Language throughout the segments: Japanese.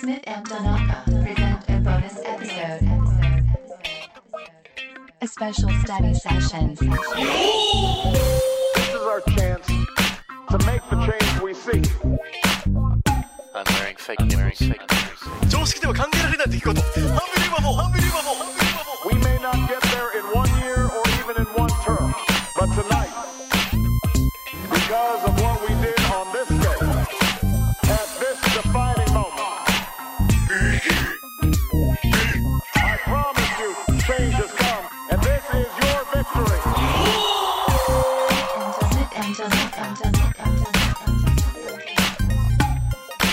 Smith and Donaka present a bonus episode. episode, episode, episode. A special study session. This is our chance to make the change we seek. I'm wearing fake I'm wearing fake nipples. 常識では考えられない出来事ハンビリーバボーハンビリーバボーハンビリーバボー We may not get there in one year or even in one term, but tonight, because of what we did on this day, at this defining moment, I promise you, change has come, and this is your victory. Smith and Donaka. Donaka, Donaka, Donaka.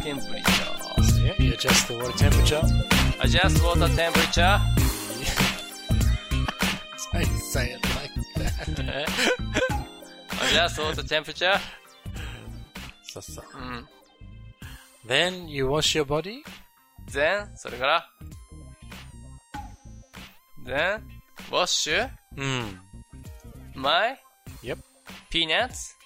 Temperature. Yeah, you adjust the water temperature. Adjust water temperature. Don't say it like that. Adjust water temperature. So- so. うん。Mm. Then you wash your body. Then それから Then wash Hmm. my Yep. peanuts.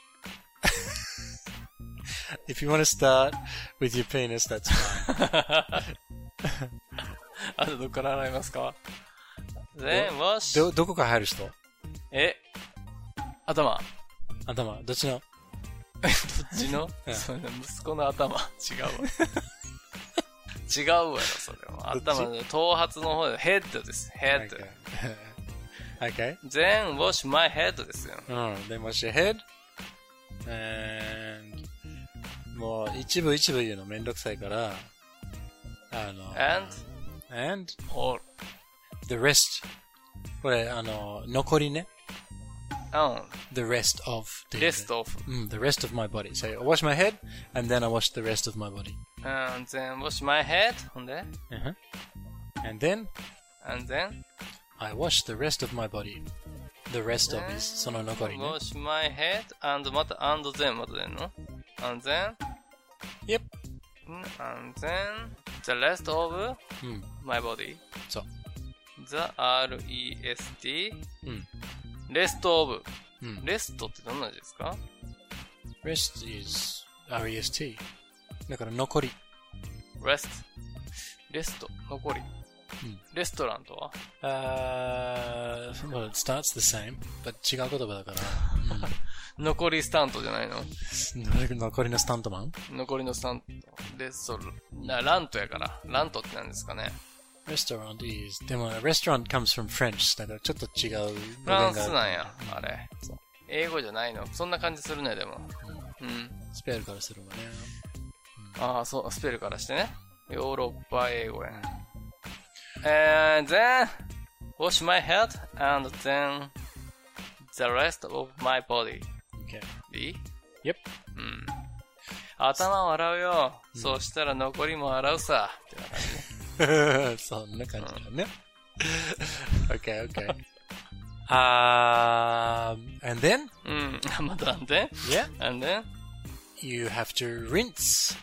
If you want to start with your penis, that's fine. あとどっから洗いますか Then wash ど、どこから入る人え頭。頭、どっちのどっちの うんそれ息子の 頭。違うわ。違うわよ、それは。どっち頭の頭髪の方で、ヘッドです。ヘッド。 okay. Then wash my head ですよ。 Oh, then wash your head. And もう一部一部言うのめんどくさいから、あの、 And and all. the rest. これ、あの、残りね。うん。 the rest of っていうね rest of. Mm, the rest of my body. So I wash my head, and then I wash the rest of my body. And then wash my head. ほんで Uh-huh. And then And then I wash the rest of my body. The rest of is その残りね。 wash my head. And また and then また出んの And then Yep. ん And then the rest of うん。 my body. そう。 The R-E-S-T. うん。 rest of. うん。 rest ってどんな字ですか rest is E rest. だから残り。 rest. レスト。残りうん。レストランとはあー、well, Uh, it starts the same, but 違う言葉だから。 残りスタントじゃないの残りのスタントマン残りのスタント。レストラン、ラントやから。ラントって何ですかね restaurant is でも restaurant comes from French だからちょっと違うフ語源がラあるンスなんや、あれそう。英語じゃないのそんな感じするね、でも。うん。スペルからするわねああ、そう、スペルからしてね。ヨーロッパ英語や。えー、then, wash my head and then the rest of my body. Okay. いい Yep. うん。頭を洗うよ。そうしたら残りも洗うさ。ってな感じ そんな感じだね。okay, okay. Um, and then, うん。 またなんで yeah, ?and then? you have to rinse.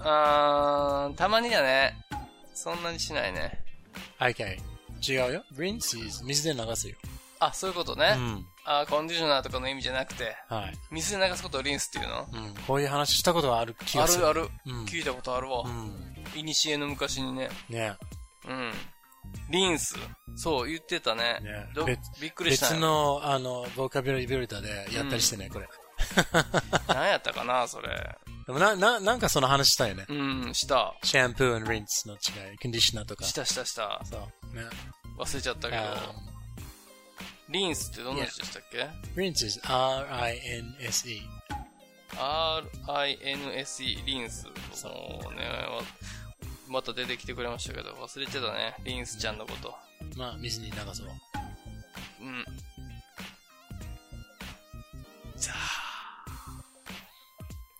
あー、たまにだね。そんなにしないね。 Okay. 違うよ。rinse is 水で流すよ。あ、そういうことうね。ん。あーコンディショナーとかの意味じゃなくて、はい。水で流すことをリンスっていうのうん。こういう話したことはある気あがする。るある、うん聞いたことあるわう。ん。いにしえの昔にね。ねうん。リンス。そう、言ってたね。ねど別びっくりした別よ。の、あの、ボカビラリビルタでやったりしてね、これ。何やったかな、それ。でもな、な、なんかその話したよね。うん、した。シャンプー and rinse の違い。コンディショナーとか。したしたした。そう。ね。忘れちゃったけど。 Um, リンスってどんな字でしたっけ rinse is R-I-N-S-E. ?R-I-N-S-E、リンス。そうね。わまた出てきてくれましたけど、忘れてたね。リンスちゃんのこと。まあ、水に流そう。うん。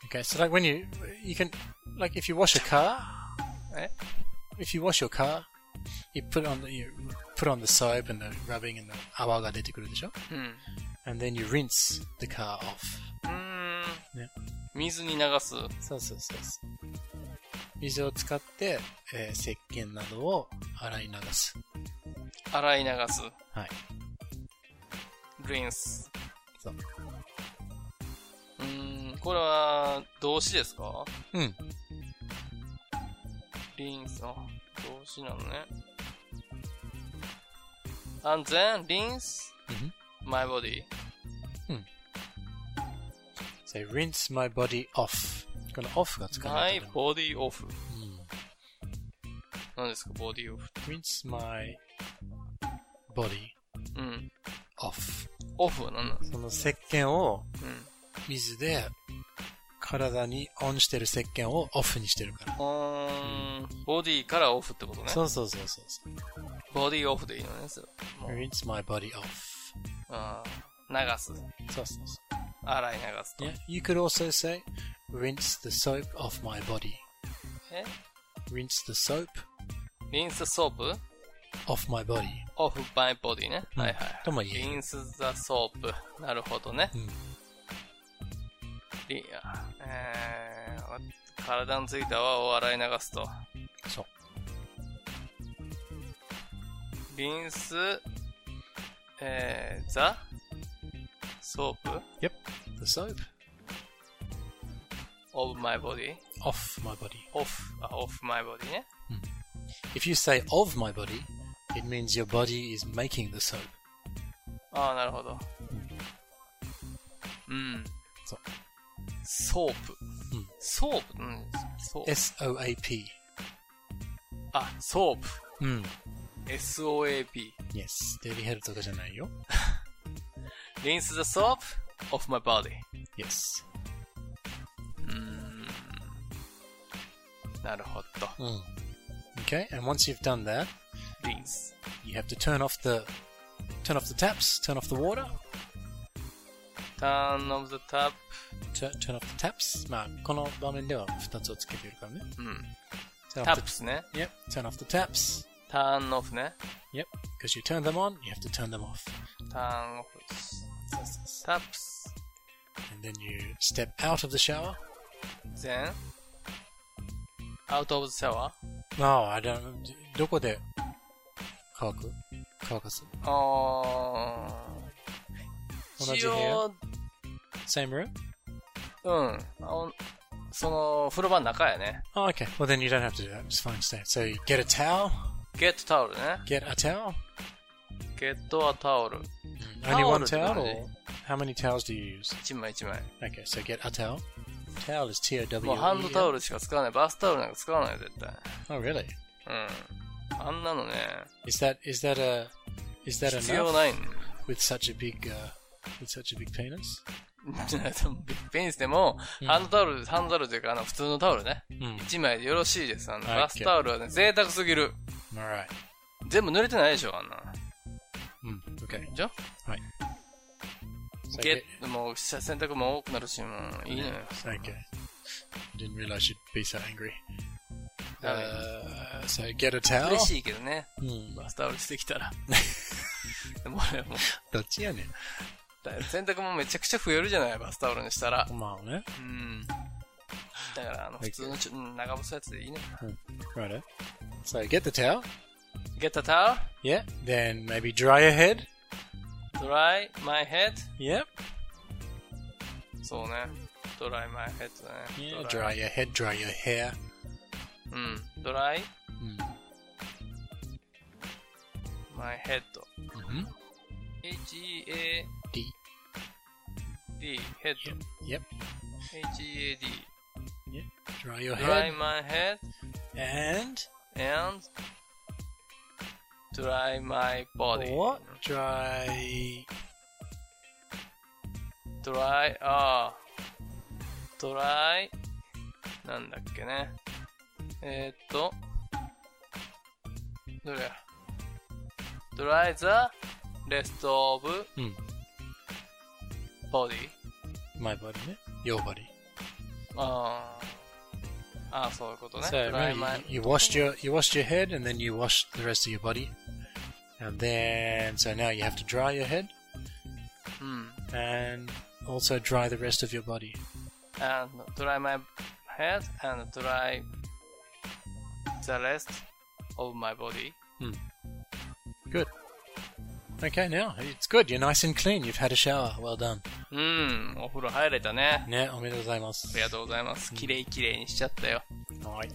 Okay, so like when you, you can, like if you wash a car, え if you wash your car, you put on the, you put on the soap and the rubbing and the 泡が出てくるでしょうん。 And then you rinse the car off. うーんね。水に流す。そうそうそうそう。eh, 水を使って、えー石鹸などを洗い流す。洗い流す。はい。 rinse。そう。うーん、これは動詞ですかうん。 rinse。あ、動詞なのね。and then rinse うん my body. So, rinse my body off. この off が使わな my いと body off. ダメうん何ですか body off? rinse my body うん。 off. off は何なんですかその石鹸をうん。水で体にオンしてる石鹸をオフにしてるから。うーん、ボディからオフってことね。そうそうそうそうそう。ボディオフでいいのね、それ。もう rinse my body off. あー流す。そうそうそ洗い流すと。う。Yeah, you could also say rinse the soap off my body. え Rinse the soap リンスソープ off my body. オフバイボディね。うんはいはい。とも言えリるンスザソープ。なるほどね。うんリあえー、体のついた泡を洗い流すと。そう。リンス、えー、ザソープ Yep. The soap オブマイボディ off my body. オフ、あ、オフマイボディね。 If you say of my body, it means your body is making the soap. ああ、なるほど。うん。そう。ソープ。うんソープうん。ソープ。 S-O-A-P. あ、ソープ。うん。 SOAP。 Yes. デリヘルとかじゃないよ。 Rinse the soap off my body. Yes. なるほど。 Mm. Okay, and once you've done that, Rinse. you have to turn off the turn off the taps, turn off the water, Turn of the tap. tu- turn off the taps. まあこの場面では2つをつけているからね。うん。 Turn タ off ップ the スね。 yep, turn off the taps. Turn off ね。 Yep, because you turn them on, you have to turn them off. Turn off. タップス。 And then you step out of the shower. Then. Out of the shower. No, I don't. どこで乾く乾かすあー。同じ部一屋応 Same room? うん。あおその、風呂場の中やね。 Oh, okay. Well, then you don't have to do that. It's fine. Stay. So you get a towel. ゲットタオルね。 Get a towel. ゲットはタオル。 Only one Towel. towel. Or how many towels do you use? 一枚一枚。 Okay, so get a towel. Towel is T O W. E もうハンドタオルしか使わない。バスタオルなんか使わないよ、絶対。 Oh, really? うん。あんなのね、 Is that is that a is that 必要な enough いん with such a big uh, with such a big penis? ビッペンしても、ハンドタオル、ハンドタオルというか、あの、普通のタオルね。 Mm. 一枚でよろしいです。あの、はいバスタオルはね、贅沢すぎる。 All right. 全部濡れてないでしょ、あんな。 Mm. Okay. じゃ Right. So ゲット、もう、洗濯も多くなるし、もう、いいのよ。 Okay. Didn't realize you'd be so angry. No. Uh, so get a towel. 嬉しいけどね、 Mm. バスタオルしてきた ら。でも俺もう、 That's yeah. だ洗濯もめちゃくちゃ増えるじゃない、バスタオルにしたら。 Come on, eh? うん。だから、あの、普通のちょ、うん長細いやつでいいのよ。 Right. eh? So get the towel. Get a towel, Yeah. Then maybe dry your head. dry my head. Yep. そうね。ドライマイヘッドね。 Yeah. ドラ Dry イ。 your head. Dry your hair. うん。ドライ Mm. マイヘッド。 hmm H-E-A-D D. ヘッ Yep. ド。H-E-A-D。 Dry your ドライ head マイヘ and ッド and ドライマイボデ or ィ。 dry ドライ、ああ。ドライ、なんだっけね。えー、っと、どれや。ドライザ、レストオブ、うんボディ。 my body, eh? your body. ああ。ああ、そういうことね。 So ドライ remember, マイ you, you washed your you washed your head and then you washed the rest of your body, and then so now you have to dry your head うん。 and also dry the rest of your body. and dry my head and dry the rest of my body. Hmm. Good. Okay, now it's good. You're nice and clean. You've had a shower. Well done. うん、お風呂入れたね。ね、おめでとうございます。ありがとうございます。きれいきれいにしちゃったよ。はい。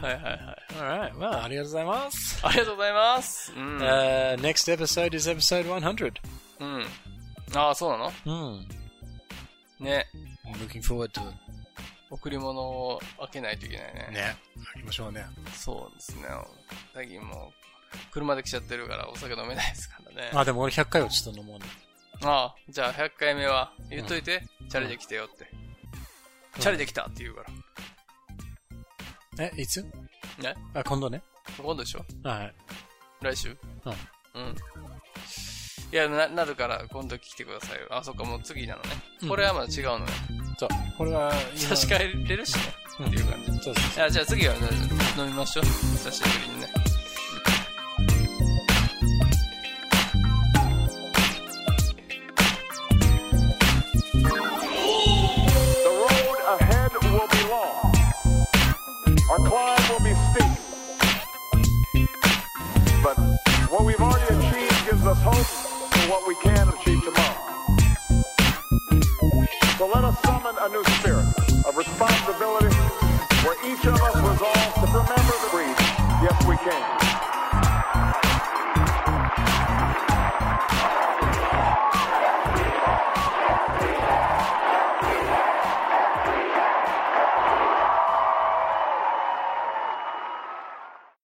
はいはいはい。 Alright, well, ありがとうございます。ありがとうございます。うん。 Uh, next episode is episode 100. うん。ああ、そうなの Hmm. ね。 I'm looking forward to it. 贈り物を開けないといけないね。ね、ありましょうね。そうですね。最近もう、車で来ちゃってるからお酒飲めないですからね。あ、でも俺100回はちょっと飲もうね。ああ、じゃあ100回目は言っといて、チャリで来てよって。チャリで来たって言うかえ、いつら。ねあ、今度ね。今度でしょはい。来週うん。うん。いや、な、なるから今度来てくださいよ。あ、そっか、もう次なのね。これはまだ違うのね。そう。これは今、差し替えれるしね。うんっていう感じ。いそうそうや、じゃあ次は、じゃあ飲みましょう。久しぶりにね。 The road ahead will be long. Our climb will be steep. But what we've already achieved gives us hope for what we can achieve tomorrow. So let us summon a new